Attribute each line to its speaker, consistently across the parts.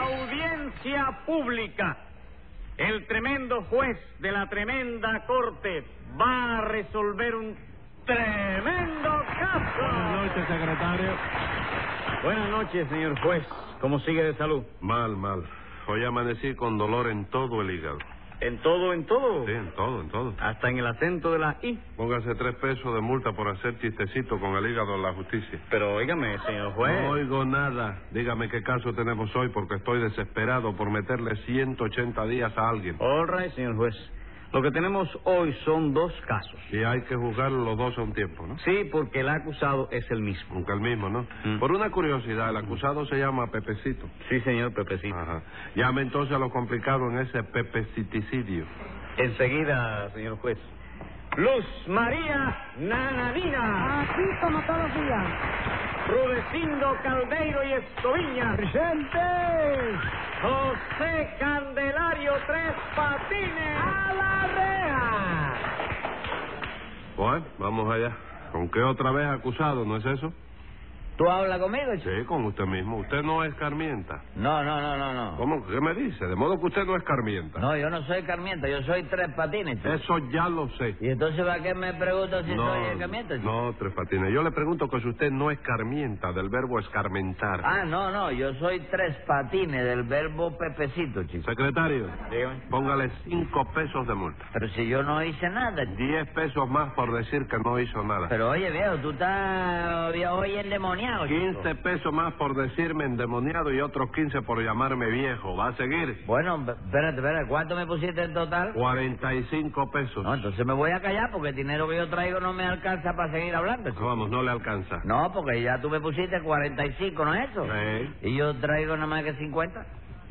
Speaker 1: Audiencia pública. El tremendo juez de la tremenda corte va a resolver un tremendo caso.
Speaker 2: noches, secretario.
Speaker 1: Buenas noches, señor juez. ¿Cómo sigue de salud?
Speaker 2: Mal, mal. Hoy amanecí con dolor en todo el hígado.
Speaker 1: En todo, en todo.
Speaker 2: Sí, en todo, en todo.
Speaker 1: Hasta en el acento de la I.
Speaker 2: Póngase tres pesos de multa por hacer chistecito con el hígado en la justicia.
Speaker 1: Pero óigame, señor juez.
Speaker 2: No oigo nada. Dígame qué caso tenemos hoy porque estoy desesperado por meterle 180 días a alguien.
Speaker 1: All right, señor juez. Lo que tenemos hoy son dos casos.
Speaker 2: Y hay que juzgar los dos a un tiempo, ¿no?
Speaker 1: Sí, porque el acusado es el mismo.
Speaker 2: Aunque el mismo, ¿no?
Speaker 1: Mm.
Speaker 2: Por una curiosidad, el acusado se llama Pepecito.
Speaker 1: Sí, señor Pepecito.
Speaker 2: Ajá. Llame entonces a lo complicado en ese pepeciticidio.
Speaker 1: Enseguida, señor juez. Luz María Nanadina,
Speaker 3: Así como todos los días.
Speaker 1: Rudecindo Caldeiro y Escoviña,
Speaker 3: ¡Presente!
Speaker 1: José Candelario Tres Patines. ¡A la rea!
Speaker 2: Bueno, Pues, vamos allá. ¿Con qué otra vez acusado, no es eso?
Speaker 4: ¿Tú hablas conmigo, chico?
Speaker 2: Sí, con usted mismo. Usted no es Carmienta.
Speaker 4: No, no, no, no, no.
Speaker 2: ¿Cómo? ¿Qué me dice? De modo que usted no es Carmienta.
Speaker 4: No, yo no soy Carmienta, yo soy Tres Patines,
Speaker 3: Eh.
Speaker 4: chico.
Speaker 2: Eso ya lo sé.
Speaker 4: ¿Y entonces para qué me preguntas si soy el Carmienta, chico?
Speaker 2: no, Tres Patines. Yo le pregunto que si usted no es Carmienta, del verbo escarmentar.
Speaker 4: Ah, no, no, yo soy Tres Patines, del verbo pepecito, chico.
Speaker 2: Secretario,
Speaker 1: Dígame.
Speaker 2: póngale cinco pesos de multa.
Speaker 4: Pero si yo no hice nada, chico.
Speaker 2: Diez pesos más por decir que no hizo nada.
Speaker 4: Pero oye, viejo, tú estás obvio, hoy endemoniado, chico.
Speaker 2: 15 pesos más por decirme endemoniado y otros 15 por llamarme viejo. ¿Va a seguir?
Speaker 4: Bueno, p- espérate, espérate, ¿cuánto me pusiste en total?
Speaker 2: 45 pesos.
Speaker 4: No, entonces me voy a callar porque el dinero que yo traigo no me alcanza para seguir hablando, chico.
Speaker 2: Vamos, no le alcanza.
Speaker 4: No, porque ya tú me pusiste 45, ¿no es eso?
Speaker 2: Sí.
Speaker 4: ¿Y yo traigo nada más que 50?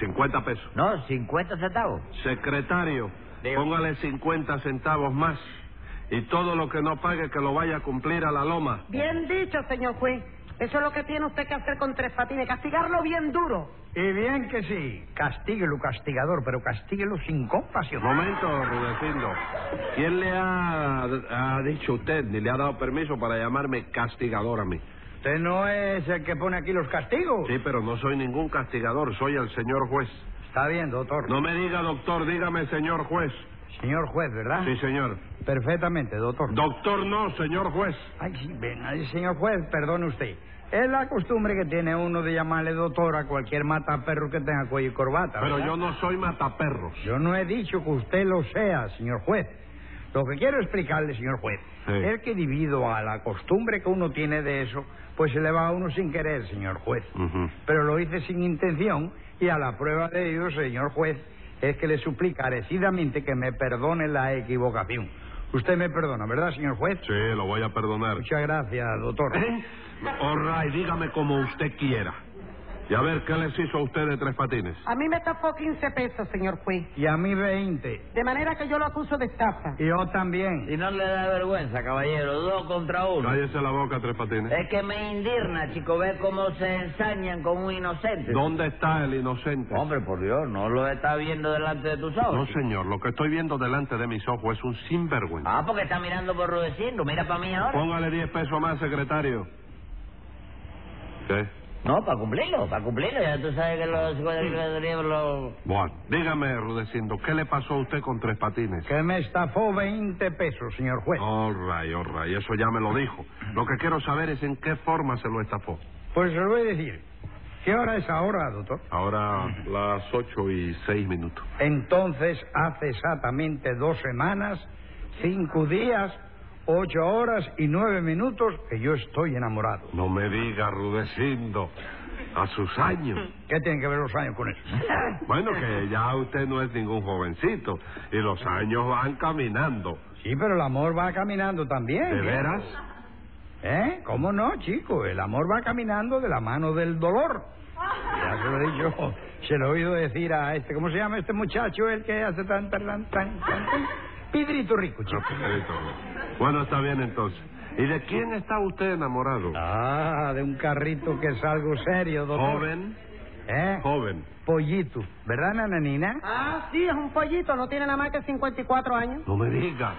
Speaker 2: 50 pesos.
Speaker 4: No, 50 centavos.
Speaker 2: Secretario,
Speaker 1: Diga.
Speaker 2: póngale 50 centavos más. Y todo lo que no pague que lo vaya a cumplir a la loma.
Speaker 3: Bien dicho, señor juez. Eso es lo que tiene usted que hacer con tres patines, castigarlo bien duro.
Speaker 5: Y bien que sí, castíguelo, castigador, pero castíguelo sin compasión.
Speaker 2: Momento, Rudecindo. ¿Quién le ha, ha dicho usted ni le ha dado permiso para llamarme castigador a mí?
Speaker 5: Usted no es el que pone aquí los castigos.
Speaker 2: Sí, pero no soy ningún castigador, soy el señor juez.
Speaker 5: Está bien, doctor.
Speaker 2: No me diga doctor, dígame señor juez.
Speaker 5: Señor juez, ¿verdad?
Speaker 2: Sí, señor.
Speaker 5: Perfectamente, doctor.
Speaker 2: Doctor no, señor juez.
Speaker 5: Ay, sí, ven, ay, señor juez, perdone usted. Es la costumbre que tiene uno de llamarle doctor a cualquier mataperro que tenga cuello y corbata.
Speaker 2: Pero
Speaker 5: ¿verdad?
Speaker 2: yo no soy mataperros.
Speaker 5: Yo no he dicho que usted lo sea, señor juez. Lo que quiero explicarle, señor juez,
Speaker 2: Sí.
Speaker 5: es que debido a la costumbre que uno tiene de eso, pues se le va a uno sin querer, señor juez.
Speaker 2: Ujú.
Speaker 5: Pero lo hice sin intención y a la prueba de ello, señor juez, es que le suplica arecidamente que me perdone la equivocación. Usted me perdona, ¿verdad, señor juez?
Speaker 2: Sí, lo voy a perdonar.
Speaker 5: Muchas gracias, doctor.
Speaker 2: ¿Eh? All right, dígame como usted quiera. Y a ver, ¿qué les hizo a usted de Tres Patines?
Speaker 3: A mí me tapó 15 pesos, señor juez.
Speaker 5: Y a mí 20.
Speaker 3: De manera que yo lo acuso de estafa.
Speaker 5: Y yo también.
Speaker 4: Si no le da vergüenza, caballero, dos contra uno.
Speaker 2: Cállese la boca, Tres Patines.
Speaker 4: Es que me indigna, chico, ver cómo se ensañan con un inocente.
Speaker 2: ¿Dónde está el inocente?
Speaker 4: Hombre, por Dios, no lo estás viendo delante de tus ojos.
Speaker 2: No,
Speaker 4: chico.
Speaker 2: señor, lo que estoy viendo delante de mis ojos es un sinvergüenza.
Speaker 4: Ah, porque está mirando por Rudecindo, mira para mí ahora.
Speaker 2: Póngale 10 pesos más, secretario. ¿Qué?
Speaker 4: No, para cumplirlo, para cumplirlo. Ya tú sabes que los los-
Speaker 2: Bueno, dígame, Rudecindo, ¿qué le pasó a usted con Tres Patines?
Speaker 5: Que me estafó 20 pesos, señor juez.
Speaker 2: All right, all right, eso ya me lo dijo. Lo que quiero saber es en qué forma se lo estafó.
Speaker 5: Pues se lo voy a decir. ¿Qué hora es ahora, doctor?
Speaker 2: Ahora las ocho y seis minutos.
Speaker 5: Entonces, hace exactamente dos semanas, cinco días, ocho horas y nueve minutos que yo estoy enamorado.
Speaker 2: No me diga, Rudecindo, a sus años.
Speaker 5: ¿Qué tienen que ver los años con eso?
Speaker 2: Bueno, que ya usted no es ningún jovencito y los años van caminando.
Speaker 5: Sí, pero el amor va caminando también.
Speaker 2: ¿De
Speaker 5: ¿eh?
Speaker 2: veras?
Speaker 5: ¿Eh? ¿Cómo no, chico? El amor va caminando de la mano del dolor. Ya se lo he dicho, se lo he oído decir a este, ¿cómo se llama este muchacho? El que hace tan, tan, tan, tan, tan? Pidrito Rico, chico.
Speaker 2: Bueno, está bien entonces. ¿Y de quién está usted enamorado?
Speaker 5: Ah, de un carrito que es algo serio, doctor.
Speaker 2: Joven,
Speaker 5: ¿Eh?
Speaker 2: joven.
Speaker 5: Pollito. ¿Verdad, nananina?
Speaker 3: Ah, sí, es un pollito, no tiene nada más que 54 años.
Speaker 2: No me diga.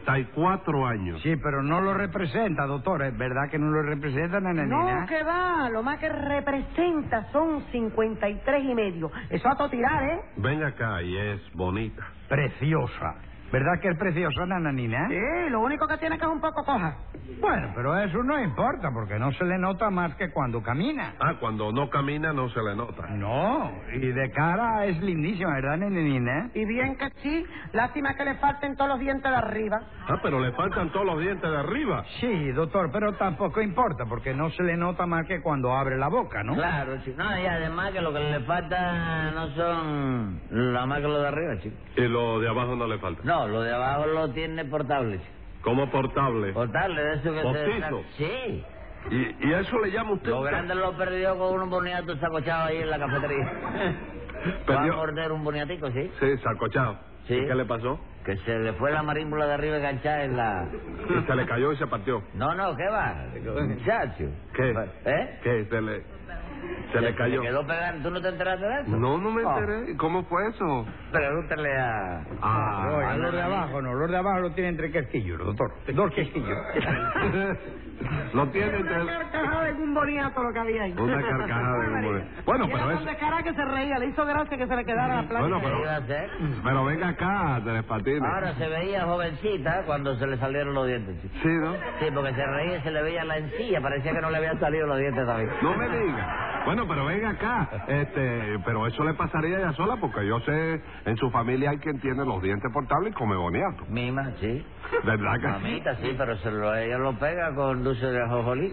Speaker 2: 54 años.
Speaker 5: Sí, pero no lo representa, doctor. ¿Es verdad que no lo representa, nananina?
Speaker 3: No, que va. Lo más que representa son 53 y medio. Eso a todo tirar, ¿eh?
Speaker 2: Venga acá y es bonita.
Speaker 5: Preciosa. ¿Verdad que es preciosa, nananina?
Speaker 3: Sí, lo único que tiene que es un poco coja.
Speaker 5: Bueno, pero eso no importa, porque no se le nota más que cuando camina.
Speaker 2: Ah, cuando no camina no se le nota.
Speaker 5: No, y de cara es lindísima, ¿verdad, nananina?
Speaker 3: Y bien que sí. Lástima que le falten todos los dientes de arriba.
Speaker 2: Ah, pero le faltan todos los dientes de arriba.
Speaker 5: Sí, doctor, pero tampoco importa, porque no se le nota más que cuando abre la boca, ¿no?
Speaker 4: Claro, chico. No, y además que lo que le falta no son la más que lo de arriba, chico.
Speaker 2: Y lo de abajo no le falta.
Speaker 4: No, lo de abajo lo tiene portable, chico.
Speaker 2: Como portable.
Speaker 5: Oh.
Speaker 4: Portable, de eso que
Speaker 2: Postizo.
Speaker 4: se... Sí.
Speaker 2: ¿Y, y a eso le llama usted?
Speaker 4: Lo
Speaker 2: un ca-
Speaker 4: grande lo perdió con un boniato sacochado ahí en la cafetería. Va
Speaker 2: Perdió.
Speaker 4: a morder un boniatico, sí.
Speaker 2: Sí, sacochado.
Speaker 4: Sí.
Speaker 2: ¿Y qué le pasó?
Speaker 4: Que se le fue la marímbula de arriba enganchada en la...
Speaker 2: Y se le cayó y se partió.
Speaker 4: No, no, ¿qué va? Muchacho.
Speaker 2: ¿Qué?
Speaker 4: ¿Eh?
Speaker 2: ¿Qué? Se le, se le cayó.
Speaker 4: quedó pegando. ¿Tú no te enteraste de eso?
Speaker 2: No, no me
Speaker 4: Ah,
Speaker 2: enteré. ¿Cómo fue eso?
Speaker 4: Pregúntale a...
Speaker 2: Ah,
Speaker 5: Oye, los de abajo, no, los de abajo lo tiene entre casquillos, doctor. Dos casquillos.
Speaker 2: Lo tiene
Speaker 3: Una
Speaker 2: entre-
Speaker 3: carcajada de un boniato lo que había ahí.
Speaker 2: una carcajada de humor. Bueno,
Speaker 3: Y
Speaker 2: pero
Speaker 3: era
Speaker 2: es... Mm,
Speaker 3: tan de cara que se reía. Le hizo gracia que se le quedara la plata.
Speaker 2: Bueno,
Speaker 4: ¿Qué iba a
Speaker 2: pero...
Speaker 4: hacer?
Speaker 2: Pero venga acá, Tres Patines.
Speaker 4: Ahora se veía jovencita cuando se le salieron los dientes. chico.
Speaker 2: Sí, ¿no?
Speaker 4: Sí, porque se reía y se le veía la encilla. Parecía que no le habían salido los dientes todavía.
Speaker 2: No me diga. Bueno, pero venga acá. Este, pero eso le pasaría ya sola porque yo sé, en su familia hay quien tiene los dientes portables y come boniato.
Speaker 4: Mima, sí.
Speaker 2: ¿Verdad que sí?
Speaker 4: Mamita, sí, pero se lo, ella lo pega con dulce de ajojolí.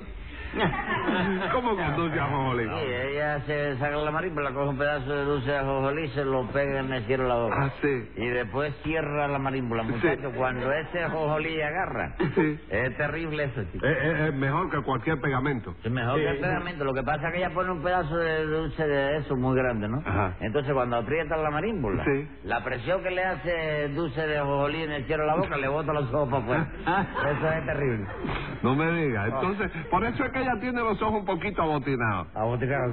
Speaker 2: ¿Cómo conduce a Jolín?
Speaker 4: Sí, eh. ella se saca la marímbula, coge un pedazo de dulce de ajojolí, se lo pega en el cielo de la boca.
Speaker 2: Ah, sí.
Speaker 4: Y después cierra la marímbula, muchacho. Cuando ese ajojolí agarra,
Speaker 2: Sí.
Speaker 4: es terrible eso, chico.
Speaker 2: Eh, eh, es mejor que cualquier pegamento.
Speaker 4: Es mejor que el pegamento. Lo que pasa es que ella pone un pedazo de dulce de eso muy grande, ¿no?
Speaker 2: Ajá.
Speaker 4: Entonces, cuando aprieta la marímbula,
Speaker 2: Sí.
Speaker 4: la presión que le hace el dulce de ajojolí en el cielo de la boca le bota los ojos para afuera. eso es terrible.
Speaker 2: No me diga. Entonces, por eso es que ella tiene los ojos un poquito abotinados.
Speaker 4: A vos te cagas,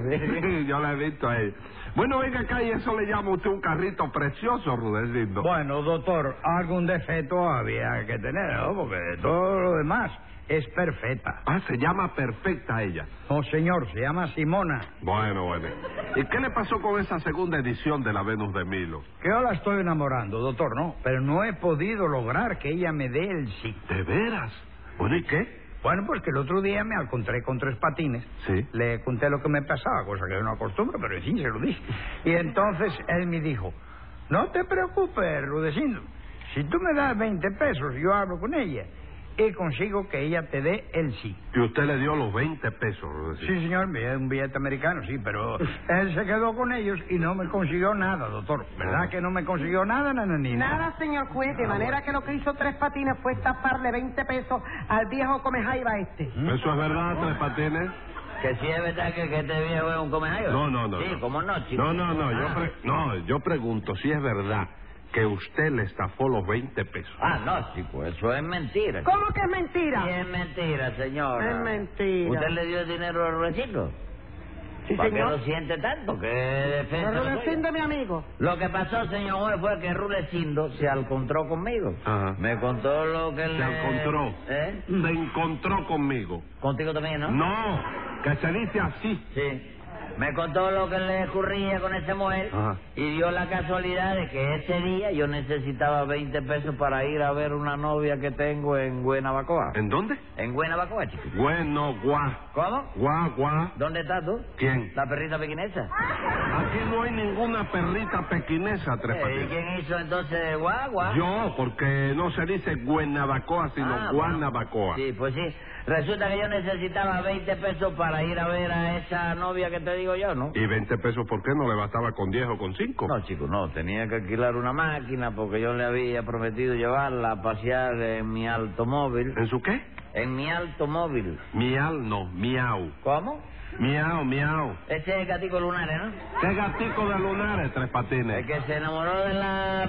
Speaker 4: ¿sí?
Speaker 2: Yo la he visto a ella. Bueno, venga acá y eso le llama usted un carrito precioso, Rudecindo.
Speaker 5: Bueno, doctor, algún defecto había que tener, ¿no? Porque todo lo demás es perfecta.
Speaker 2: Ah, se llama perfecta ella.
Speaker 5: No, señor, se llama Simona.
Speaker 2: Bueno, bueno. ¿Y qué le pasó con esa segunda edición de la Venus de Milo?
Speaker 5: Que yo la estoy enamorando, doctor, ¿no? Pero no he podido lograr que ella me dé el sí.
Speaker 2: ¿De veras? Bueno, ¿y qué?
Speaker 5: Bueno, pues que el otro día me encontré con tres patines.
Speaker 2: Sí.
Speaker 5: Le conté lo que me pasaba, cosa que yo no acostumbro, pero en fin, se lo dije. Y entonces él me dijo, no te preocupes, Rudecindo. Si tú me das 20 pesos, yo hablo con ella y consigo que ella te dé el sí.
Speaker 2: Y usted le dio los 20 pesos,
Speaker 5: Sí,
Speaker 2: Rudecindo.
Speaker 5: señor, me dio un billete americano, sí, pero él se quedó con ellos y no me consiguió nada, doctor. ¿Verdad que no me consiguió nada, nananina?
Speaker 3: Nada, señor juez,
Speaker 2: Ah,
Speaker 3: de manera que lo que hizo Tres Patines fue estafarle 20 pesos al viejo Comejaiba este.
Speaker 2: ¿Eso es verdad, Tres Patines?
Speaker 4: Que si es verdad que, que este viejo es un comejayo.
Speaker 2: No, no, no.
Speaker 4: Sí,
Speaker 2: no.
Speaker 4: cómo no, chico.
Speaker 2: No, no, no. Yo,
Speaker 4: Ah.
Speaker 2: pre- no, yo pregunto si es verdad que usted le estafó los 20 pesos.
Speaker 4: Ah, no, chico, eso es mentira.
Speaker 3: ¿Cómo que es mentira?
Speaker 4: Sí, es mentira, señora.
Speaker 3: Es mentira.
Speaker 4: ¿Usted le dio el dinero al Rudecindo?
Speaker 3: Sí,
Speaker 4: ¿Para
Speaker 3: señor.
Speaker 4: qué lo siente tanto? ¿Qué defensa
Speaker 3: Pero
Speaker 4: le doy?
Speaker 3: defiende, mi amigo.
Speaker 4: Lo que pasó, señor juez, fue que Rudecindo se encontró conmigo.
Speaker 2: Ajá.
Speaker 4: Me contó lo que
Speaker 2: Se
Speaker 4: le...
Speaker 2: encontró.
Speaker 4: ¿Eh?
Speaker 2: Se encontró conmigo.
Speaker 4: ¿Contigo también, no?
Speaker 2: No, que se dice así.
Speaker 4: Sí. Me contó lo que le ocurría con esa mujer
Speaker 2: Ajá.
Speaker 4: y dio la casualidad de que ese día yo necesitaba 20 pesos para ir a ver una novia que tengo en Guenabacoa.
Speaker 2: ¿En dónde?
Speaker 4: En Guenabacoa, chico.
Speaker 2: Bueno, guá.
Speaker 4: ¿Cómo?
Speaker 2: Guá, guá.
Speaker 4: ¿Dónde estás tú?
Speaker 2: ¿Quién?
Speaker 4: La perrita pequinesa.
Speaker 2: Aquí no hay ninguna perrita pequinesa, Tres
Speaker 4: Eh, ¿Y
Speaker 2: Patines.
Speaker 4: quién hizo entonces guagua?
Speaker 2: Yo, porque no se dice Guenabacoa, sino
Speaker 4: Ah, bueno.
Speaker 2: Guanabacoa.
Speaker 4: Sí, pues sí. Resulta que yo necesitaba 20 pesos para ir a ver a esa novia que te digo yo, ¿no?
Speaker 2: ¿Y 20 pesos por qué no le bastaba con 10 o con 5?
Speaker 4: No, chico, no. Tenía que alquilar una máquina porque yo le había prometido llevarla a pasear en mi automóvil.
Speaker 2: ¿En su qué?
Speaker 4: En mi automóvil.
Speaker 2: Miau, no, miau.
Speaker 4: ¿Cómo?
Speaker 2: Miau, miau.
Speaker 4: Ese Este es el gatico lunar, ¿eh, ¿no?
Speaker 2: ¿Qué gatico de lunares, Tres
Speaker 4: El
Speaker 2: Patines?
Speaker 4: que se enamoró de la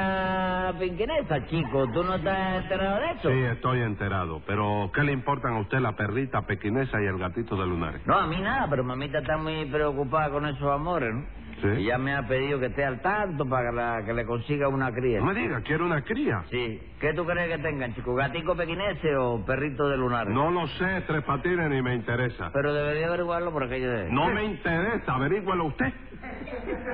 Speaker 4: perrita pinquinesa, chico. ¿Tú no estás enterado de eso?
Speaker 2: Sí, estoy enterado. Pero, ¿qué le importan a usted la perrita pequinesa y el gatito de lunares?
Speaker 4: No, a mí nada, pero mamita está muy preocupada con esos amores, ¿no?
Speaker 2: Sí.
Speaker 4: Y ya me ha pedido que esté al tanto para que, la- que le consiga una cría.
Speaker 2: No me diga, quiero una cría.
Speaker 4: Sí. ¿Qué tú crees que tengan, chico? ¿Gatico pequinese o perrito de lunar?
Speaker 2: No lo sé, Tres Patines, ni me interesa.
Speaker 4: Pero debería averiguarlo por aquello de...
Speaker 2: No me interesa, averígüelo usted.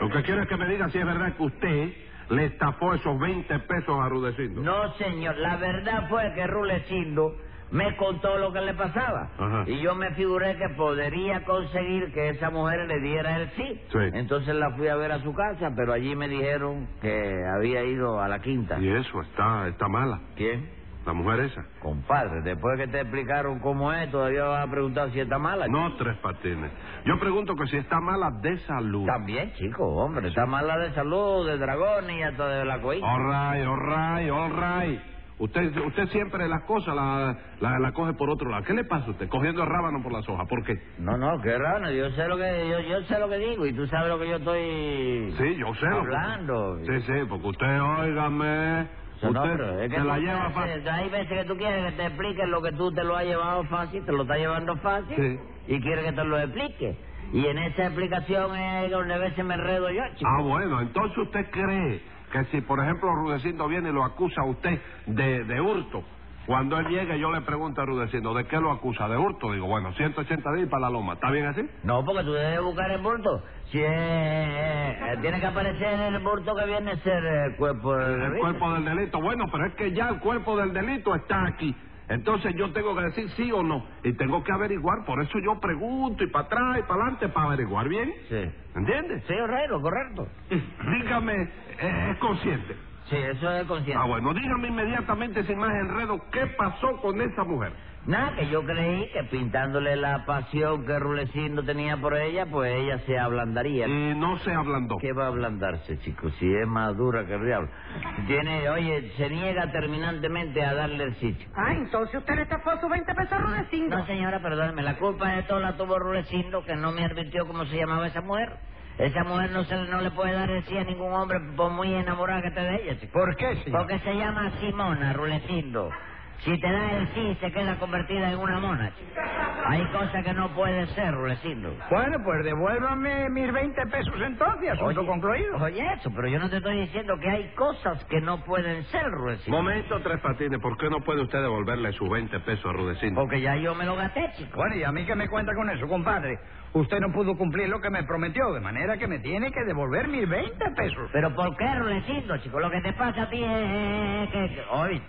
Speaker 2: Lo que quiero es que me diga si es verdad que usted le estafó esos 20 pesos a Rudecindo.
Speaker 4: No, señor. La verdad fue que Rulecindo me contó lo que le pasaba.
Speaker 2: Ajá.
Speaker 4: Y yo me figuré que podría conseguir que esa mujer le diera el sí.
Speaker 2: Sí.
Speaker 4: Entonces la fui a ver a su casa, pero allí me dijeron que había ido a la quinta.
Speaker 2: Y eso, está, está mala,
Speaker 4: ¿Quién?
Speaker 2: la mujer esa.
Speaker 4: Compadre, después que te explicaron cómo es, todavía vas a preguntar si está mala.
Speaker 2: No, Tres Patines. Yo pregunto que si está mala de salud.
Speaker 4: También, chico, hombre, está mala de salud, de dragones y hasta de la coita.
Speaker 2: All right, all right, all right. Usted, usted siempre las cosas la, la, la coge por otro lado. ¿Qué le pasa a usted? Cogiendo el rábano por las hojas. ¿Por qué?
Speaker 4: No, no, qué raro, yo sé lo que yo, yo sé lo que digo y tú sabes lo que yo estoy
Speaker 2: Sí, yo sé. lo que-
Speaker 4: hablando.
Speaker 2: Sí, sí, porque usted, óigame,
Speaker 4: O sea,
Speaker 2: usted
Speaker 4: no, pero es que
Speaker 2: se la
Speaker 4: tú
Speaker 2: lleva
Speaker 4: quieres-
Speaker 2: fácil.
Speaker 4: Hay veces que tú quieres que te expliquen lo que tú te lo has llevado fácil, te lo estás llevando fácil
Speaker 2: Sí.
Speaker 4: y quieres que te lo explique. Y en esa explicación es donde a veces me enredo yo, chico.
Speaker 2: Ah, bueno, entonces usted cree que si, por ejemplo, Rudecindo viene y lo acusa a usted de, de hurto, cuando él llegue yo le pregunto a Rudecindo, ¿de qué lo acusa? ¿De hurto? Digo, bueno, 180 días para la loma. ¿Está bien así?
Speaker 4: No, porque tú debes buscar el bulto. Si es, eh, eh, tiene que aparecer el bulto que viene a ser el cuerpo del
Speaker 2: El
Speaker 4: delito.
Speaker 2: cuerpo del delito. Bueno, pero es que ya el cuerpo del delito está aquí. Entonces yo tengo que decir sí o no. Y tengo que averiguar. Por eso yo pregunto y para atrás y para adelante para averiguar bien.
Speaker 4: Sí.
Speaker 2: ¿Entiendes?
Speaker 4: Sí, Herrero, correcto.
Speaker 2: Dígame, eh, ¿es, es consciente?
Speaker 4: Sí, eso es consciente.
Speaker 2: Ah, bueno, dígame inmediatamente sin más enredo qué pasó con esa mujer.
Speaker 4: Nada, que yo creí que pintándole la pasión que Rulecindo tenía por ella, pues ella se ablandaría.
Speaker 2: Y no se ablandó.
Speaker 4: ¿Qué va a ablandarse, chicos? Si es más dura que el diablo. Tiene, oye, se niega terminantemente a darle el sitio.
Speaker 3: Ah, entonces usted le estafó sus 20 pesos a Rudecindo.
Speaker 4: No, señora, perdóneme, la culpa de todo la tuvo Rulecindo, que no me advirtió cómo se llamaba esa mujer. Esa mujer no se no le puede dar el sí a ningún hombre por muy enamorada que esté de ella, chico.
Speaker 5: ¿Por qué, señor?
Speaker 4: Porque se llama Simona, Rulecindo. Si te da el sí, se queda convertida en una mona, chico. Hay cosas que no puede ser, Rulecindo.
Speaker 5: Bueno, pues devuélvame mis 20 pesos entonces, asunto concluido.
Speaker 4: Oye, eso, pero yo no te estoy diciendo que hay cosas que no pueden ser, Rulecindo.
Speaker 2: Momento, Tres Patines, ¿por qué no puede usted devolverle sus 20 pesos a Rudecindo?
Speaker 4: Porque ya yo me lo gasté, chico.
Speaker 5: Bueno, ¿y a mí qué me cuenta con eso, compadre? Usted no pudo cumplir lo que me prometió, de manera que me tiene que devolver mis 20 pesos.
Speaker 4: Pero ¿por qué, Rulecito, chico? Lo que te pasa a ti es es que... que- Oye,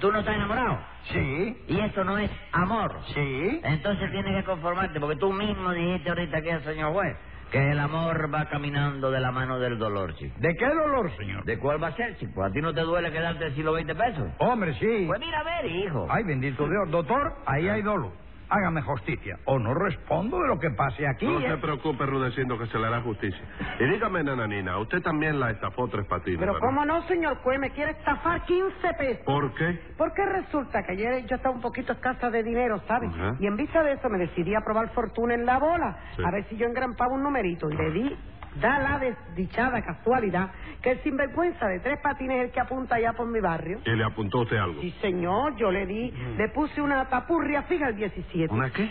Speaker 4: tú no estás enamorado.
Speaker 5: Sí,
Speaker 4: Y esto no es amor.
Speaker 5: sí.
Speaker 4: Entonces tienes que conformarte, porque tú mismo dijiste ahorita que, señor juez, que el amor va caminando de la mano del dolor, chico.
Speaker 5: ¿De qué dolor, señor?
Speaker 4: ¿De cuál va a ser, chico? ¿A ti no te duele quedarte sin los 20 pesos?
Speaker 5: Hombre, sí.
Speaker 4: Pues mira, a ver, hijo.
Speaker 5: Ay, bendito Dios. Doctor, ahí hay dolo. Hágame justicia. O no respondo de lo que pase aquí.
Speaker 2: No se
Speaker 5: ¿eh?
Speaker 2: preocupe, Rudecindo, que se le hará justicia. Y dígame, nananina, usted también la estafó Tres Patines,
Speaker 3: Pero
Speaker 2: ¿verdad?
Speaker 3: cómo no, señor juez, me quiere estafar 15 pesos.
Speaker 2: ¿Por qué?
Speaker 3: Porque resulta que ayer yo estaba un poquito escasa de dinero, ¿sabes?
Speaker 2: Ajá.
Speaker 3: Y en vista de eso me decidí a probar fortuna en la bola,
Speaker 2: Sí.
Speaker 3: a ver si yo engrampaba un numerito. Y le di, da la desdichada casualidad, que el sinvergüenza de tres patines es el que apunta allá por mi barrio.
Speaker 2: ¿Y le apuntó usted algo?
Speaker 3: Sí, señor, yo le di, le puse una tapurria fija al 17.
Speaker 2: ¿Una qué?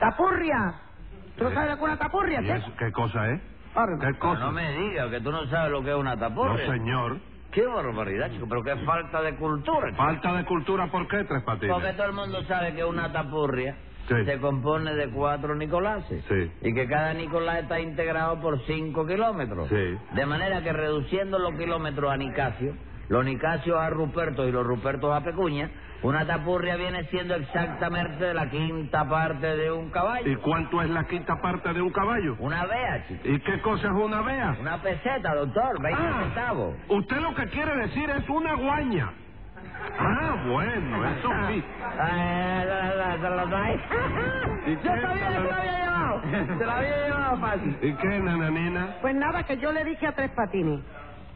Speaker 3: ¡Tapurria! ¿Tú no sabes lo que es una tapurria?
Speaker 2: ¿Y
Speaker 3: Teco?
Speaker 2: eso ¿Qué cosa es?
Speaker 3: Ave María.
Speaker 2: ¿Qué
Speaker 4: Pero
Speaker 2: cosa?
Speaker 4: no me digas que tú no sabes lo que es una
Speaker 2: No,
Speaker 4: tapurria.
Speaker 2: señor.
Speaker 4: Qué barbaridad, chico, pero qué falta de cultura, chico.
Speaker 2: Falta de cultura, ¿por qué, Tres Patines?
Speaker 4: Porque todo el mundo sabe que una tapurria
Speaker 2: Sí.
Speaker 4: se compone de cuatro Nicoláses.
Speaker 2: Sí.
Speaker 4: Y que cada Nicolás está integrado por cinco kilómetros.
Speaker 2: Sí.
Speaker 4: De manera que reduciendo los kilómetros a Nicasio, los Nicasios a Ruperto y los Rupertos a Pecuña, una tapurria viene siendo exactamente la quinta parte de un
Speaker 2: ¿Y
Speaker 4: caballo.
Speaker 2: cuánto es la quinta parte de un caballo?
Speaker 4: Una vea, chico.
Speaker 2: ¿Y qué cosa es una vea?
Speaker 4: Una peseta, doctor, 20
Speaker 2: Ah,
Speaker 4: centavos.
Speaker 2: Usted lo que quiere decir es una guaña. Ah, bueno, eso sí.
Speaker 4: Ah, la- la- la- la- la-
Speaker 2: ¿Y
Speaker 4: Yo
Speaker 2: qué?
Speaker 4: sabía que se la había llevado. Se la había llevado fácil.
Speaker 2: ¿Y qué, nananina?
Speaker 3: Pues nada, que yo le dije a Tres Patines,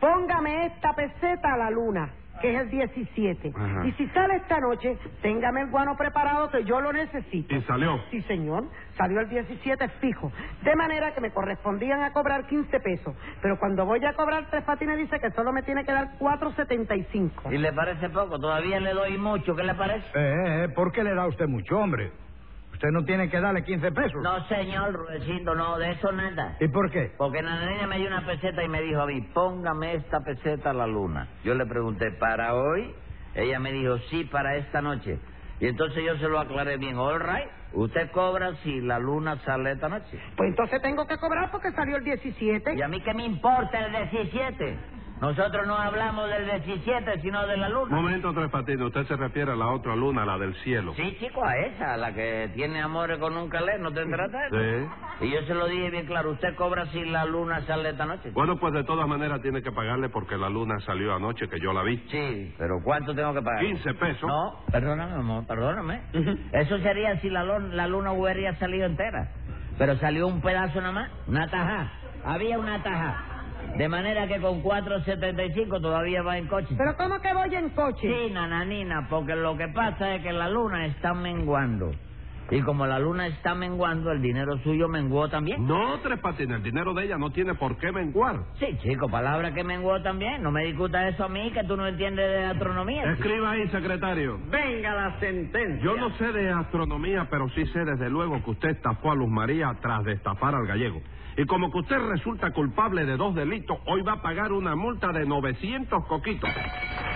Speaker 3: póngame esta peseta a la luna, que es el 17.
Speaker 2: Ajá.
Speaker 3: Y si sale esta noche, téngame el guano preparado que yo lo necesito.
Speaker 2: Y salió.
Speaker 3: Sí, señor, salió el 17 fijo. De manera que me correspondían a cobrar 15 pesos. Pero cuando voy a cobrar Tres Patines dice que solo me tiene que dar
Speaker 4: ¿Y
Speaker 3: 4.75.
Speaker 4: le parece poco? Todavía le doy mucho, ¿qué le parece?
Speaker 5: Eh, eh, ¿Por qué le da eh, usted mucho, hombre? Usted Usted no tiene que darle 15 pesos.
Speaker 4: No, señor Rudecindo, no, de eso nada.
Speaker 5: ¿Y por qué?
Speaker 4: Porque la niña me dio una peseta y me dijo a mí, póngame esta peseta a la luna. Yo le pregunté, ¿para hoy? Ella me dijo, sí, para esta noche. Y entonces yo se lo aclaré bien, all right, usted cobra si la luna sale esta noche. ¿Eh?
Speaker 3: Pues entonces tengo que cobrar porque salió el 17.
Speaker 4: ¿Y a mí qué me importa el 17? Nosotros no hablamos del 17, sino de la luna.
Speaker 2: Momento, Tres Patines, usted se refiere a la otra luna, la del cielo.
Speaker 4: Sí, chico, a esa, a la que tiene amores con un calé, ¿no te trata?
Speaker 2: Sí.
Speaker 4: Y yo se lo dije bien claro, usted cobra si la luna sale esta noche.
Speaker 2: Bueno, pues de todas maneras tiene que pagarle porque la luna salió anoche, que yo la vi.
Speaker 4: Sí, pero ¿cuánto tengo que pagar?
Speaker 2: 15 pesos.
Speaker 4: No, perdóname, amor, perdóname. Eso sería si la, lon- la luna hubiera salido entera. Pero salió un pedazo nada más, una taja. Había una taja. De manera que con 4.75 todavía va en coche.
Speaker 3: Pero ¿cómo que voy en coche?
Speaker 4: Sí, nananina, porque lo que pasa es que la luna está menguando. Y como la luna está menguando, el dinero suyo menguó también.
Speaker 2: No, Tres Patines, el dinero de ella no tiene por qué menguar.
Speaker 4: Sí, chico, palabra que menguó también. No me discuta eso a mí, que tú no entiendes de astronomía. chico.
Speaker 2: Escriba ahí, secretario.
Speaker 1: Venga la sentencia.
Speaker 2: Yo no sé de astronomía, pero sí sé desde luego que usted estafó a Luz María tras de estafar al gallego. Y como que usted resulta culpable de dos delitos, hoy va a pagar una multa de 900 coquitos.